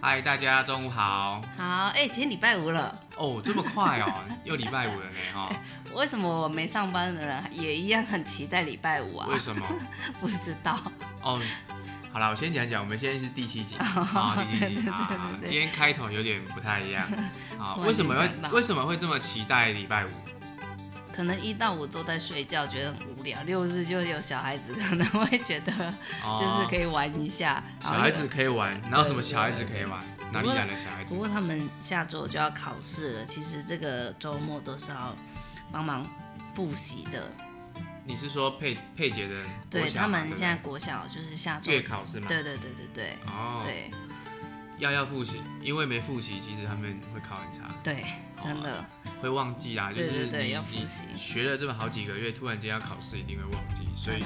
嗨，大家中午好！好，哎、今天礼拜五了，哦，这么快哦， 又礼拜五了呢哦哈、为什么我没上班的人也一样很期待礼拜五为啊？什么？ 不知道，哦，好啦，我先讲讲，我们现在是第 七集啊，第七集啊，好对今天开头有点不太一 样啊，我为什么没想会到为什么会这么期待礼拜五？可能一到五都在睡觉，觉得很无聊。六日就有小孩子，可能会 觉得哦就是可以玩一下。小然后孩又子可以玩，哪有什么小孩子可以玩？哪里不过来的小孩子不？过他们下周就要考试了，其实这个周末都是要帮忙复习的。你是说佩佩姐的国对小他嘛们不现在国小就是下周，月对考是吗？对对对对哦，对要要复习，因为没复习，其实他们会考很差。对，真的会忘记啊，就是对你对对要你复习学了这么好几个月，突然间要考试，一定会忘记，所以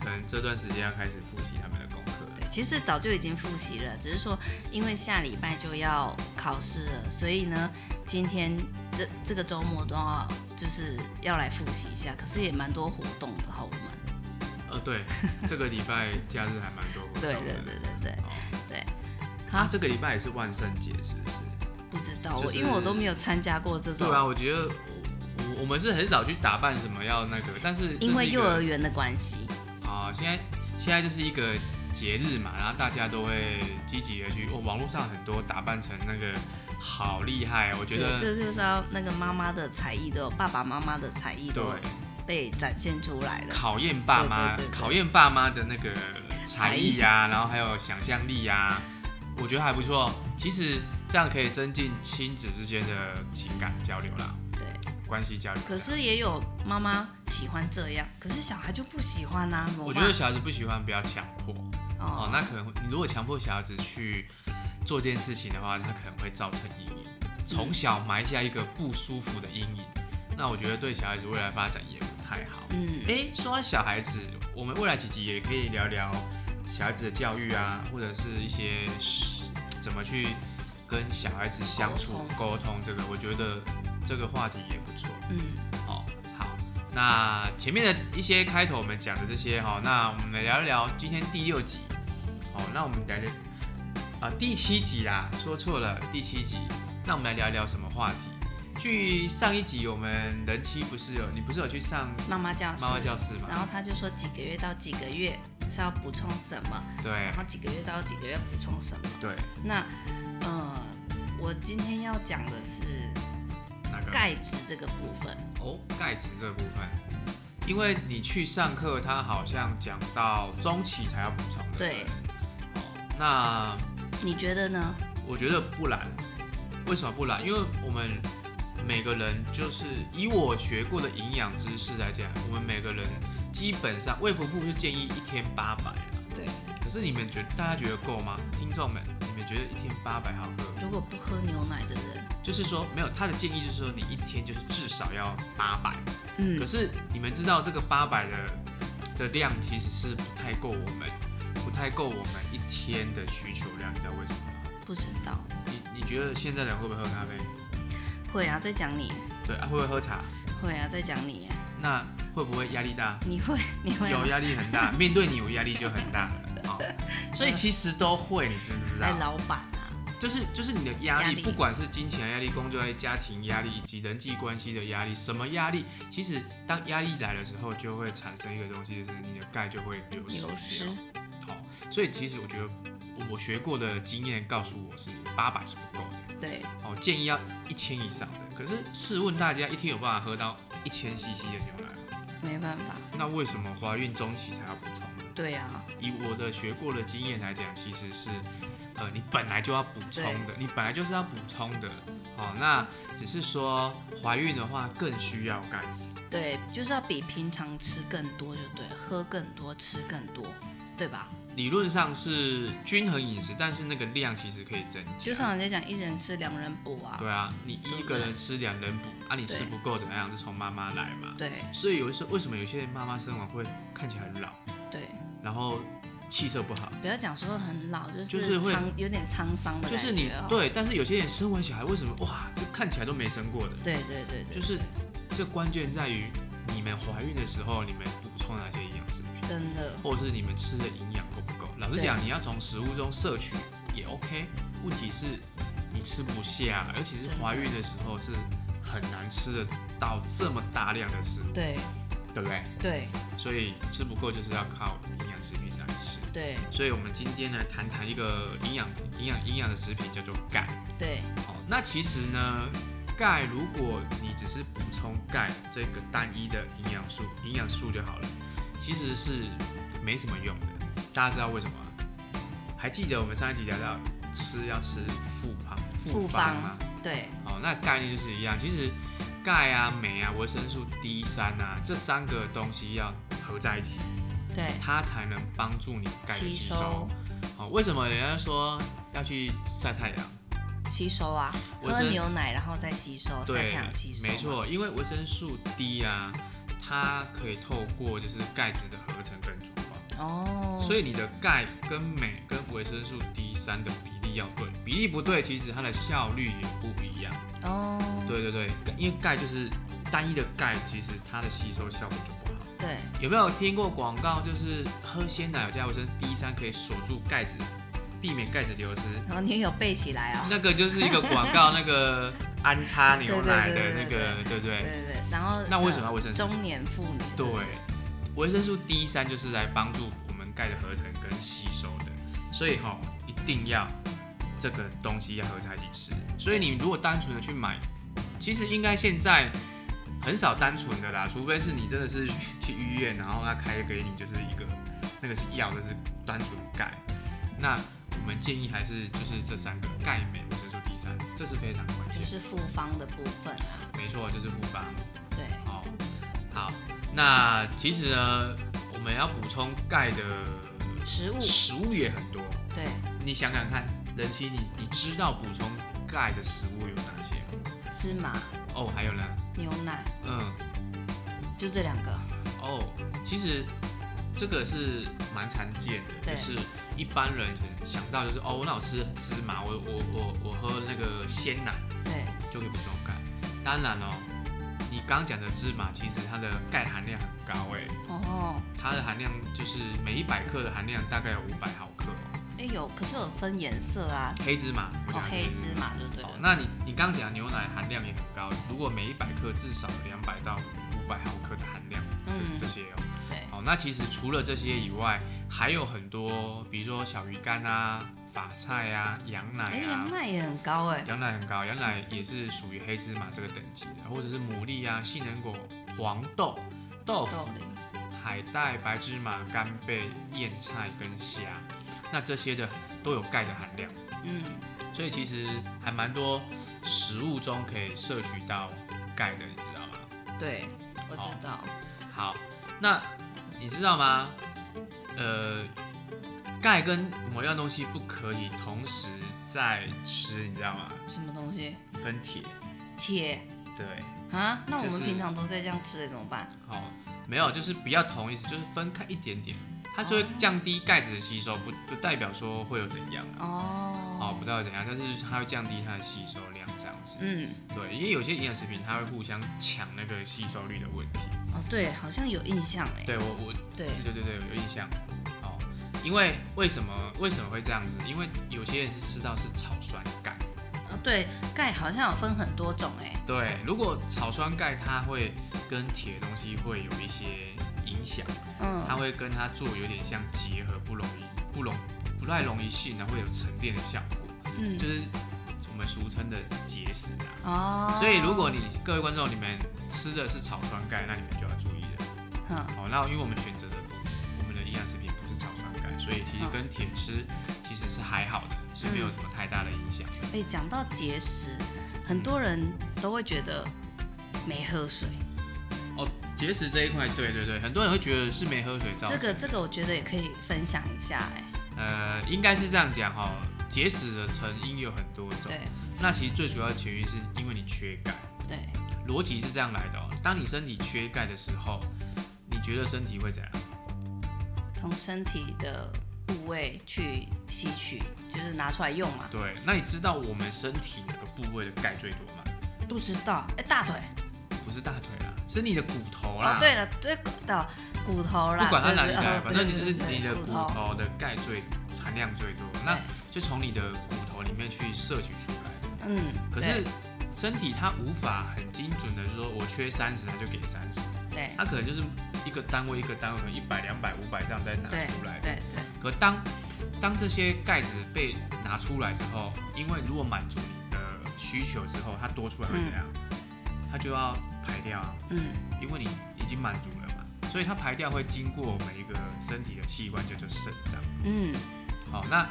可能这段时间要开始复习他们的功课。对，其实早就已经复习了，只是说因为下礼拜就要考试了，所以呢，今天这这个周末都要就是要来复习一下，可是也蛮多活动的哈，我们。呃，对，这个礼拜假日还蛮多活动的。 对对对对对哦对，啊好，，这个礼拜也是万圣节，是不是？不知道就我是因为我都没有参加过这种对，啊，我觉得我我我们是很少去打扮什么要那个，但是这因是为一幼个儿园的关系，啊、现在现在就是一个节日嘛，然后大家都会积极的去，哦，网络上很多打扮成那个好厉害，我觉对，得这就是要那个妈妈的才艺都有，爸爸妈妈的才艺都有对。被展现出来了。考验爸妈对对对，对考验爸妈的那个才艺啊，然后还有想象力啊，我觉得还不错。其实这样可以增进亲子之间的情感交流啦，对，关系交流。可是也有妈妈喜欢这样，可是小孩就不喜欢呐、怎么我办觉得小孩子不喜欢，不要强迫哦哦。那可能会你如果强迫小孩子去做这件事情的话，他可能会造成阴影，从小埋下一个不舒服的阴影。那我觉得对小孩子未来发展也不太好。嗯，哎，说完小孩子，我们未来几集也可以聊聊小孩子的教育啊，或者是一些是怎么去跟小孩子相处沟通这个，我觉得这个话题也不错嗯，哦。好，那前面的一些开头我们讲的这些哈、哦，那我们来聊一聊今天第六集哦，那我们来聊啊、第七集啦，说错了，第七集，那我们来聊一聊什么话题？据上一集我们人妻不是有你不是有去上妈妈教室，妈妈教室嘛，然后他就说几个月到几个月是要补充什么，对然后几个月到几个月补充什么。对，那，呃，我今天要讲的是那个钙质这个部分。哦钙质这部分，因为你去上课，它好像讲到中期才要补充的，对不哦，那你觉得呢？我觉得不然，为什么不然？因为我们每个人就是以我学过的营养知识来讲，我们每个人基本上卫福部是建议一天八百啊，对，可是你们觉得大家觉得够吗？听众们，你们觉得一天八百好喝吗？如果不喝牛奶的人，就是说没有他的建议，就是说你一天就是至少要八百。可嗯，是你们知道这个八百的的量其实是不太够我们，不太够我们一天的需求量，你知道为什么吗？不知道。你你觉得现在人会不会喝咖啡？会啊，在讲你。对啊，会不会喝茶？会啊，在讲你。那会不会压力大？你会， 你会有吗压力很 大，面对你我压力就很大了。哦所以其实都会，你知不知哎，道？老板啊，就是就是你的压压力，力不管是金钱压力、工作压力、家庭压力以及人际关系的压力，什么压力，其实当压力来的时候，就会产生一个东西，就是你的钙就会流失有时掉。好、哦所以其实我觉得我学过的经验告诉我是八百是不够的，对，哦，建议要一千以上的。可是试问大家，一天有办法喝到一千 CC 的牛奶吗？没办法。那为什么怀孕中期才要补充呢？对啊，以我的学过的经验来讲，其实是，呃，你本来就要补充的，你本来就是要补充的。好、那只是说怀孕的话更需要钙质。对，就是要比平常吃更多就对，喝更多，吃更多，对吧？理论上是均衡饮食，但是那个量其实可以增就加。像人家讲，一人吃两人补啊。对啊，你一个人吃两人补啊，你吃对不够怎么样？是从妈妈来嘛。对所以有时候为什么有些妈妈生完会看起来很老，对，然后气色不好，不要讲说很老，就是就是会沧有点沧桑的感觉、哦。就是你对，但是有些人生完小孩为什么哇，就看起来都没生过的。对对对对，就是这关键在于你们怀孕的时候，你们补充哪些营养食品，真的或者是你们吃的营养够不够。老实讲，你要从食物中摄取也 OK，问题是你吃不下，尤其是真的怀孕的时候是很难吃得到这么大量的食物，对对不对？对所以吃不够就是要靠营养食品来吃。对所以我们今天呢，谈谈一个营养、营养、营养的食品，叫做钙。对哦，那其实呢，钙如果你只是补充钙这个单一的营养素、营养素就好了，其实是没什么用的。大家知道为什么吗？还记得我们上一集聊到吃要吃复方复复方方吗？对哦，那概念就是一样。其实钙啊、镁啊、维生素 D 三啊，这三个东西要合在一起，对，它才能帮助你钙的吸收。好、为什么人家说要去晒太阳？吸收啊，我喝是牛奶然后再吸收，晒对太阳吸，收，没，错，因为维生素 D 啊，它可以透过就是钙质的合成跟转化，哦，所以以你的钙跟镁跟维生素 D 三的比例要对，比例不对，其实它的效率也不一样。哦，对对对，因为钙就是单一的钙，其实它的吸收效果就不好。对有没有听过广告，就是喝鲜奶有加维生素 D 三可以锁住钙质，避免钙质流失？然后你也有背起来哦，那个就是一个广告，那个安插牛奶的那个， 对不对？对对对，然后那为什么呃要维生素中年妇女对是不是，维生素 D 三就是来帮助我们钙的合成跟吸收的，所以哈、一定要这个东西要合在一起吃。所以你如果单纯的去买，其实应该现在很少单纯的啦，除非是你真的是去去医院，然后他开给你就是一个那个是药，就是单纯钙。那我们建议还是就是这三个钙、镁、维生素 D 三，这是非常关键就。是复方的部分啊，没错，就是复方。对好，好，那其实呢，我们要补充钙的食物，食物也很多。对，你想想看，人妻，你你知道补充钙的食物有哪些吗？芝麻、哦，还有呢，牛奶，嗯，就这两个，哦，其实这个是蛮常见的，对就是一般人可能想到就是哦，那我吃芝麻，我我我我喝那个鲜奶对就可以补充钙。当然哦，你刚讲的芝麻其实它的钙含量很高哎、哦，它的含量就是每一百克的含量大概有五百毫克哦。哎有，可是有分颜色啊，黑芝麻，我哦讲的黑是芝。麻就对哦，了，那你你刚刚讲的牛奶含量也很高，如果每一百克至少两百到五百毫克的含量，这、嗯这些哦。对好，那其实除了这些以外，还有很多，比如说小鱼干啊、法菜啊、羊奶哎啊羊。奶也很高哎，羊奶很高，羊奶也是属于黑芝麻这个等级的，或者是牡蛎啊、杏仁果、黄豆、豆腐豆类，海带、白芝麻、干贝、燕菜跟虾，那这些的都有钙的含量，嗯。所以其实还蛮多食物中可以摄取到钙的，你知道吗？对，我知好道。好，那你知道吗？呃，钙跟某样东西不可以同时在吃，你知道吗？什么东西？跟铁，铁对，啊？那我就们是平常都在这样吃的怎么办？好、没有，就是不要同意思，就是分开一点点，它就会降低钙质的吸收，不不代表说会有怎样。哦，哦，不知道怎样，但是它会降低它的吸收量这样子。嗯，对，因为有些营养食品它会互相抢那个吸收率的问题。哦，对，好像有印象哎。对我我对对对对对有印象。哦，因为为什么为什么会这样子？因为有些人是吃到是草酸钙。哦对，钙好像有分很多种哎。对，如果草酸钙它会跟铁的东西会有一些影响，它嗯，会跟它做有点像结合，不容易不容不太容易性啊，会有沉淀的效果，嗯就是我们俗称的结石啊。哦，所以如果你各位观众你们吃的是草酸钙，那你们就要注意了。嗯好，那因为我们选择的不，我们的营养食品不是草酸钙，所以其实跟铁吃其实是还好的，是没有什么太大的影响。哎，讲到节食，很多人都会觉得没喝水，哦，结石这一块，对对对，很多人会觉得是没喝水造这成。个这个我觉得也可以分享一下哎。呃，应该是这样讲哈、结石的成因有很多种，对那其实最主要的前因是因为你缺钙。对，逻辑是这样来的哦，当你身体缺钙的时候，你觉得身体会怎样？从身体的部位去吸取，就是拿出来用嘛。对，那你知道我们身体哪个部位的钙最多吗？不知道，哎，大腿。不是大腿啦，是你的骨头啦。哦，对了，对的骨头啦，不管它哪里对对哦来，对反正你就是对对你的骨骨头。头的钙最含能量最多，那就从你的骨头里面去摄取出来。嗯，可对是身体它无法很精准的说，我缺三十，它就给三十，对它可能就是一个单位一个单位，可能一百、两百、五百这样再拿对出来。对对，可当当这些钙质被拿出来之后，因为如果满足你的需求之后，它多出来会怎样？它就要排掉啊，嗯因为你已经满足了嘛，所以它排掉会经过我们一个身体的器官，叫做肾脏。嗯好，那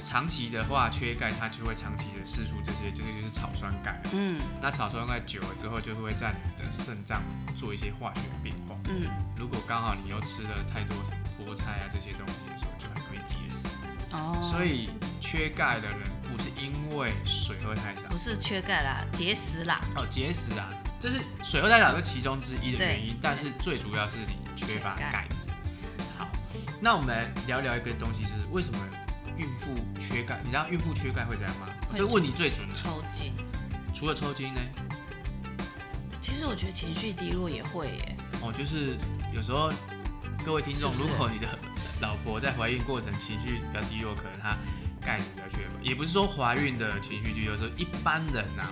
长期的话，缺钙它就会长期的释出这些，这个就是草酸钙啊。嗯那草酸钙久了之后，就会在你的肾脏做一些化学变化。嗯，如果刚好你又吃了太多什么菠菜啊这些东西的时候，就很容易结石。哦，所以缺钙的人不是因为水喝太少不，是缺钙啦，结石啦，哦，结石啊，这是水喝太少是其中之一的对原因，但是最主要是你缺乏缺钙钙质。好，那我们来聊聊一个东西，就是为什么孕妇缺钙？你知道孕妇缺钙会怎样吗？会这问你最准了。抽筋。除了抽筋呢？其实我觉得情绪低落也会耶，哦，就是有时候各位听众，是不是如果你的老婆在怀孕过程情绪比较低落，可能她钙质比较缺乏，也不是说怀孕的情绪低落，说一般人呐、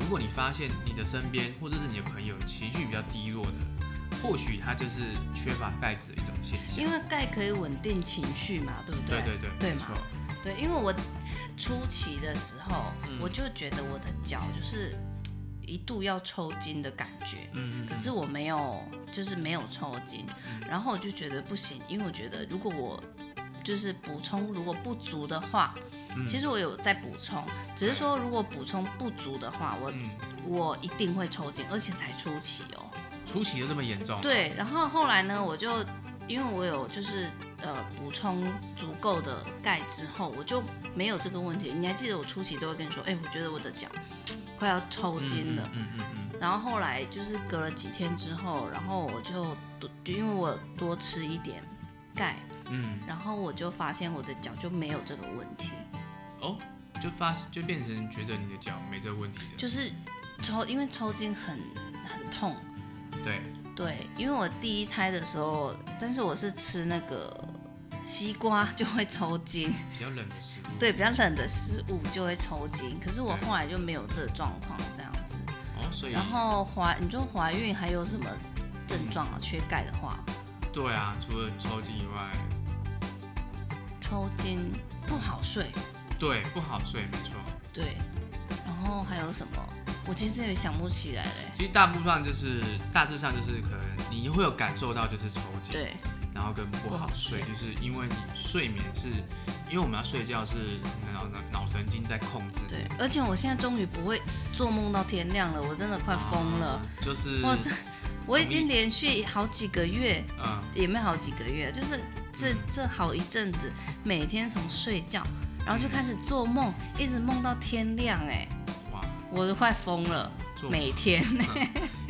如果你发现你的身边或者是你的朋友情绪比较低落的，或许他就是缺乏钙质的一种现象因。为钙可以稳定情绪嘛，对不对对？对对，对没嘛错，对，因为我初期的时候，嗯我就觉得我的脚就是一度要抽筋的感觉，嗯嗯嗯可是我没有，就是没有抽筋，然后我就觉得不行，因为我觉得如果我就是补充如果不足的话，嗯其实我有在补充，只是说如果补充不足的话，我嗯，我一定会抽筋，而且才初期哦。初期就这么严重，，对，然后后来呢，我就因为我有就是呃补充足够的钙之后，我就没有这个问题。你还记得我初期都会跟你说，哎、我觉得我的脚快要抽筋了。嗯嗯嗯然后后来就是隔了几天之后，然后我就多，就因为我多吃一点钙，嗯，然后我就发现我的脚就没有这个问题，哦，就发就变成觉得你的脚没这个问题的，就是抽，因为抽筋很很痛，对，对，因为我第一胎的时候，但是我是吃那个西瓜就会抽筋，比较冷的食物，对，比较冷的食物就会抽筋。可是我对后来就没有这个状况这样子。哦，所以然后怀，你说怀孕还有什么症状啊？缺钙的话，对啊，除了抽筋以外，抽筋，不好睡，对，不好睡，没错。对。然后还有什么？我其实也想不起来嘞。其实大部分就是大致上就是可能你会有感受到就是抽筋，对，然后跟不好睡，就是因为你睡眠是，因为我们要睡觉是脑脑脑神经在控制，对，而且我现在终于不会做梦到天亮了，我真的快啊，疯了。就是我是我已经连续好几个月，嗯，也没有好几个月，就是这这好一阵子，每天从睡觉，然后就开始做梦，一直梦到天亮，哎，哇，我都快疯了，做每 天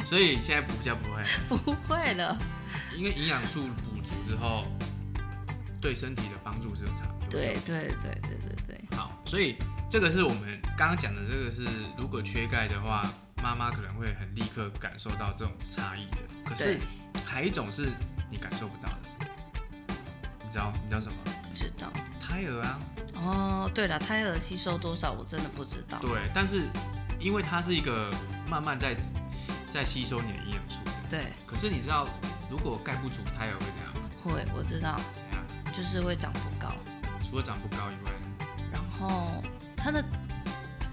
所以现在补觉不会，不会了。因为营养素补足之后，对身体的帮助是有差别的。对对对对对对，好，所以这个是我们刚刚讲的，这个是如果缺钙的话，妈妈可能会很立刻感受到这种差异的。可是对还有一种是你感受不到的，你知道你知道什么？不知道。胎儿啊，哦，对了，胎儿吸收多少我真的不知道。对，但是因为它是一个慢慢在在吸收你的营养素的，对，可是你知道如果钙不足，胎儿会怎样吗？会我知道，怎样？就是会长不高，除了长不高以外，然后它的。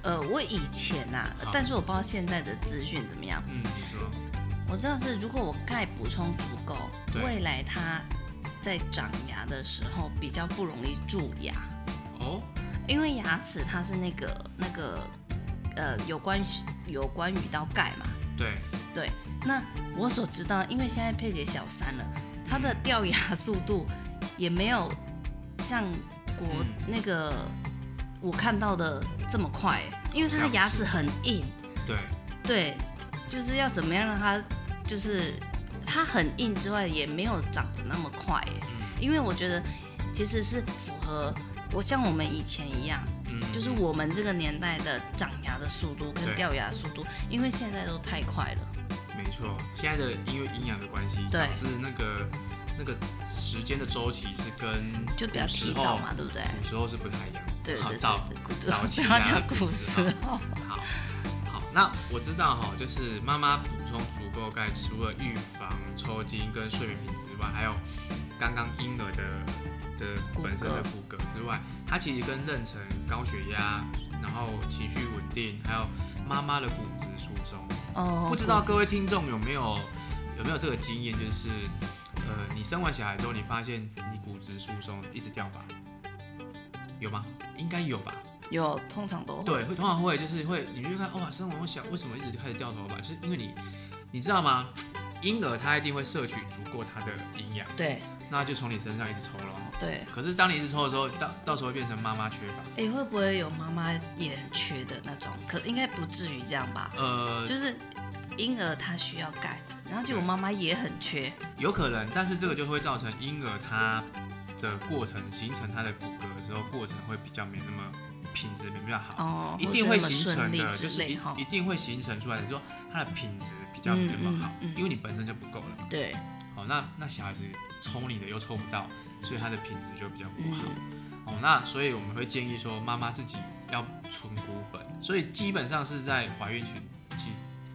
呃，我以前呐、好但是我不知道现在的资讯怎么样。嗯，你说，我知道是，如果我钙补充足够，对未来它在长牙的时候比较不容易蛀牙，哦，因为牙齿它是那个那个呃有关于有关于到钙嘛。对，对，那我所知道，因为现在佩姐小三了，她的掉牙速度也没有像国、嗯那个我看到的这么快，因为她的牙齿很硬。对，对，就是要怎么样让它，就是它很硬之外，也没有长得那么快耶。嗯因为我觉得其实是符合我像我们以前一样，嗯，就是我们这个年代的长牙的速度跟对掉牙速度，因为现在都太快了。没错，现在的因为营养的关系，对导致那个那个时间的周期是跟就比较古时提候早嘛，对不对？古时候是不太一样的。对好对早对，古早期不啊要讲古故时候事 哦，好，好，那我知道哈，就是妈妈补充足够钙，除了预防抽筋跟睡眠品质之外，还有刚刚婴儿的的骨本身的骼骨骼之外，它其实跟妊娠、高血压，然后情绪稳定，还有妈妈的骨质疏松。哦，不知道骨各位听众有没有有没有这个经验，就是呃，你生完小孩之后，你发现你骨质疏松，一直掉发，有吗？应该有吧。有通常都会对，会通常会就是会，你就看哇，生完我小为什么一直开始掉头发？就是因为你，你知道吗？婴儿他一定会摄取足够他的营养，对那就从你身上一直抽咯。对，可是当你一直抽的时候，到到时候会变成妈妈缺乏。哎、会不会有妈妈也很缺的那种？可应该不至于这样吧？呃，就是婴儿他需要钙，然后结果妈妈也很缺，有可能，但是这个就会造成婴儿他的过程形成他的骨骼的时候，过程会比较没那么品质没那么好，哦，一定会形顺成利的，之就是类一哈一。定会形成出来的，就是说它的品质比较没那么好，嗯嗯嗯因为你本身就不够了。对，好，那那小孩子抽你的又抽不到，所以它的品质就比较不好。嗯，哦，那所以我们会建议说，妈妈自己要存股本，所以基本上是在怀孕前期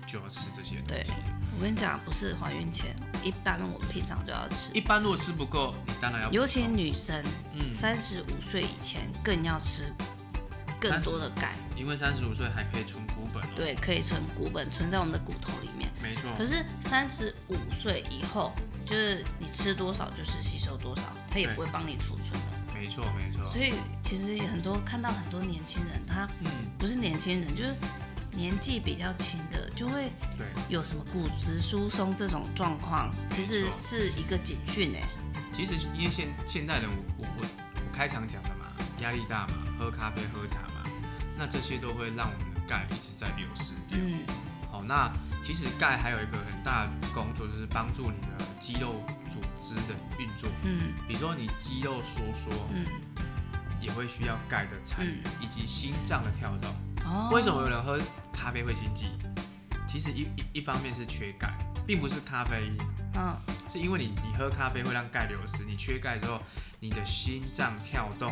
就要吃这些东西。我跟你讲，不是怀孕前，一般我们平常就要吃一，般如果吃不够，你当然要补尤其充女生嗯，三十五岁以前更要吃更多的钙，因为三十五岁还可以存股本、哦。，对，可以存骨本，存在我们的骨头里面。没错。可是三十五岁以后，就是你吃多少就是吸收多少，它也对哦不会帮你储存的。没错，没错。所以其实也很多看到很多年轻人，他嗯，不是年轻人，就是年纪比较轻的，就会对，有什么骨质疏松这种状况，其实没错是一个警讯哎、其实因为现现代人我，我我我开场讲的嘛，压力大嘛，喝咖啡喝茶嘛，那这些都会让我们的钙一直在流失掉。嗯，好，那其实钙还有一个很大的工作，就是帮助你的肌肉组织的运作。嗯比如说你肌肉收缩，嗯，也会需要钙的参与，以及心脏的跳动。哦，为什么有人喝咖啡会心悸？其实一一一方面是缺钙，并不是咖啡因，嗯是因为你你喝咖啡会让钙流失，你缺钙之后，你的心脏跳动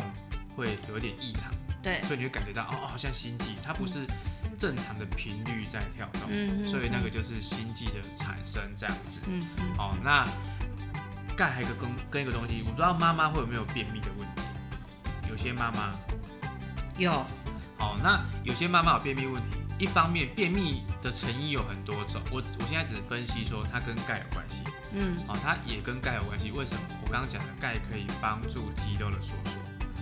会有点异常，对，所以你会感觉到哦，好像心悸，它不是正常的频率在跳动，嗯嗯所以那个就是心悸的产生这样子。嗯嗯哦，那钙还有一个跟跟一个东西，我不知道妈妈会有没有便秘的问题，有些妈妈有好，那有些妈妈有便秘问题，一方面便秘的成因有很多种，我我现在只分析说它跟钙有关系，嗯好，它也跟钙有关系。为什么？我刚刚讲的钙可以帮助肌肉的收缩，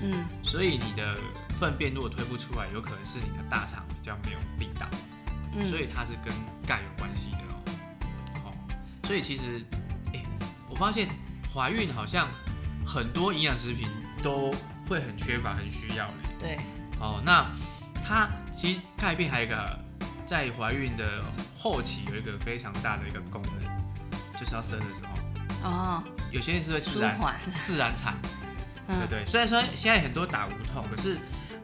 嗯所以你的粪便如果推不出来，有可能是你的大肠比较没有力道，嗯，所以它是跟钙有关系的哦。好，所以其实，哎、我发现怀孕好像很多营养食品都会很缺乏、很需要嘞。对，哦，那它其实钙片还有一个在怀孕的后期有一个非常大的一个功能，就是要生的时候，哦，有些人是会自舒然缓，自然产，对嗯不对。虽然说现在很多打无痛，可是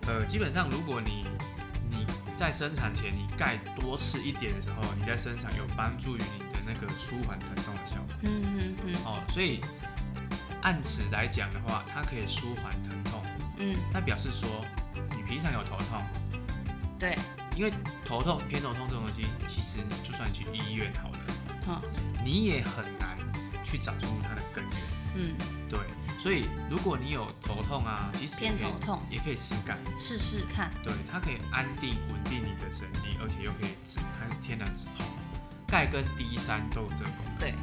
呃，基本上如果你你在生产前你钙多吃一点的时候，你在生产有帮助于你的那个舒缓疼痛的效果嗯嗯嗯哦，所以按此来讲的话，它可以舒缓疼痛，嗯，那表示说你平常有头痛。对，因为头痛、偏头痛这种东西，其实你就算你去医院好了，嗯你也很难去找出它的根源。嗯，对，所以如果你有头痛啊，其实也偏可以头痛，也可以吃钙，试试看，对，它可以安定、稳定你的神经，而且又可以止，它是天然止痛。钙跟 D 三都有这个功能。对，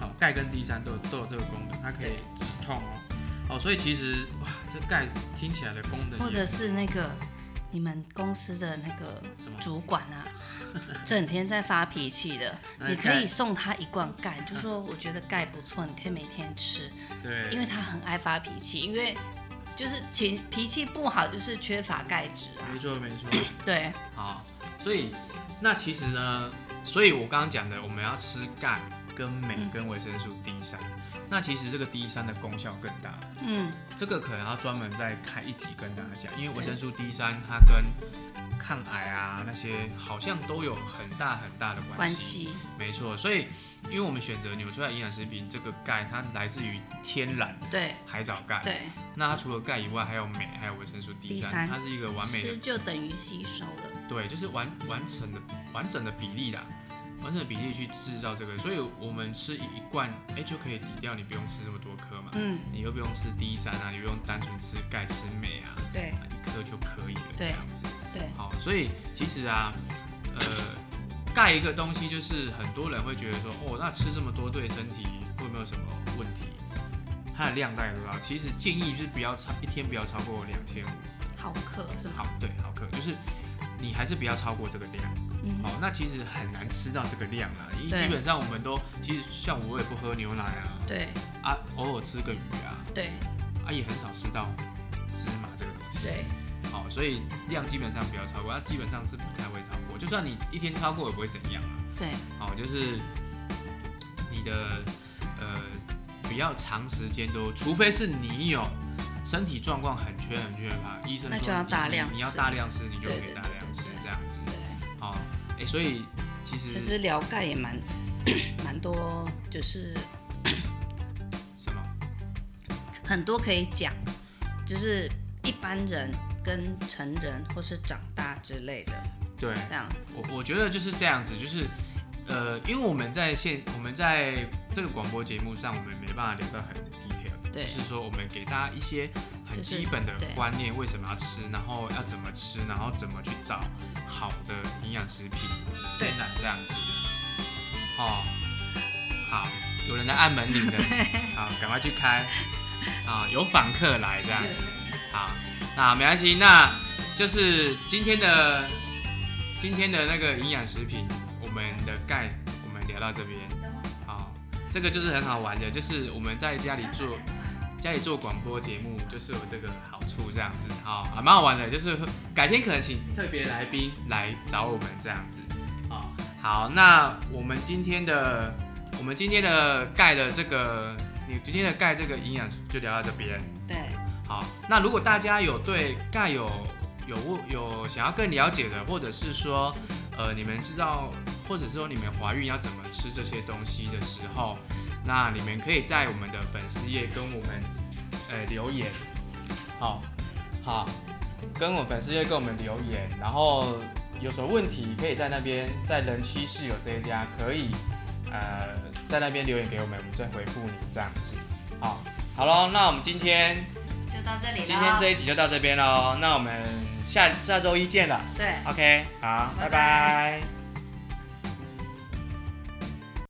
好，钙跟 D 三都有都有这个功能，它可以对止痛哦。哦，所以其实哇，这钙听起来的功能也，或者是那个你们公司的那个什么？主管 啊，整天在发脾气的，那你可钙以送他一罐钙，就说我觉得钙不错，你可以每天吃，对，因为他很爱发脾气，因为就是情脾气不好就是缺乏钙质啊，没错没错。对，好，所以那其实嗯呢，所以我刚刚讲的，我们要吃钙、跟镁、跟维生素 D 三。那其实这个 D 三的功效更大，嗯，这个可能要专门再开一集跟大家讲，因为维对生素 D 三它跟抗癌啊那些好像都有很大很大的关系，没错，所以因为我们选择纽崔莱营养食品这个钙，它来自于天然的对海藻钙。对，那它除了钙以外，还有镁，还有维生素 D 三， D3 它是一个完美吃的，就等于吸收了，对，就是完完成的完整的比例啦，完整的比例去制造这个。所以我们吃一罐，哎、就可以抵掉你不用吃那么多颗嘛，嗯，你又不用吃 D 三啊，你不用单纯吃钙吃镁啊，对啊一颗就可以了这对样子。对，好，所以其实啊，呃，钙一个东西，就是很多人会觉得说，哦，那吃这么多对身体会没有什么问题？它的量大概多少？其实建议是不要超一天不要超过两千五。好客是吗？好，对，好克就是你还是不要超过这个量。嗯哦，那其实很难吃到这个量啊，因为对基本上我们都其实像我也不喝牛奶啊，对啊，偶尔吃个鱼啊，对啊也很少吃到芝麻这个东西。对，好，所以量基本上不要超过，它基本上是不太会超过，就算你一天超过也不会怎样啊。对，好，就是你的呃不要长时间都，除非是你有身体状况很缺很缺乏，医生那就说要你大量你，你要吃大量吃，你就可对以对大量吃对对这样子。对，好，哎、所以其实其实聊钙也蛮 蛮多，就是什么？很多可以讲，就是一般人跟成人或是长大之类的对，这样子。我我觉得就是这样子，就是呃，因为我们在现我们在这个广播节目上，我们没办法聊到很 detail，对就是说我们给大家一些很就是基本的对观念，为什么要吃，然后要怎么吃，然后怎么去找好的营养食品，对天然这样子。哦，好，有人来按门铃的，好，赶快去开。啊，有访客来这样子。好，那没关系，那就是今天的今天的那个营养食品，我们的钙我们聊到这边。好，这个就是很好玩的，就是我们在家里做家里做广播节目，就是有这个好处这样子，好，还蛮好玩的。就是改天可能请特别来宾来找我们这样子。好，好，那我们今天的我们今天的钙的这个，你今天的钙这个营养就聊到这边。对，好，那如果大家有对钙有有有想要更了解的，或者是说，呃，你们知道，或者是说你们怀孕要怎么吃这些东西的时候，那你们可以在我们的粉丝页跟我们呃留言，好，好，跟我们粉丝页跟我们留言，然后有什么问题可以在那边在人妻室友这一家可以呃在那边留言给我们，我们再回复你这样子，好，好喽，那我们今天。就到这里了。今天这一集就到这边喽，那我们下下周一见了。对。 OK，好，拜拜拜拜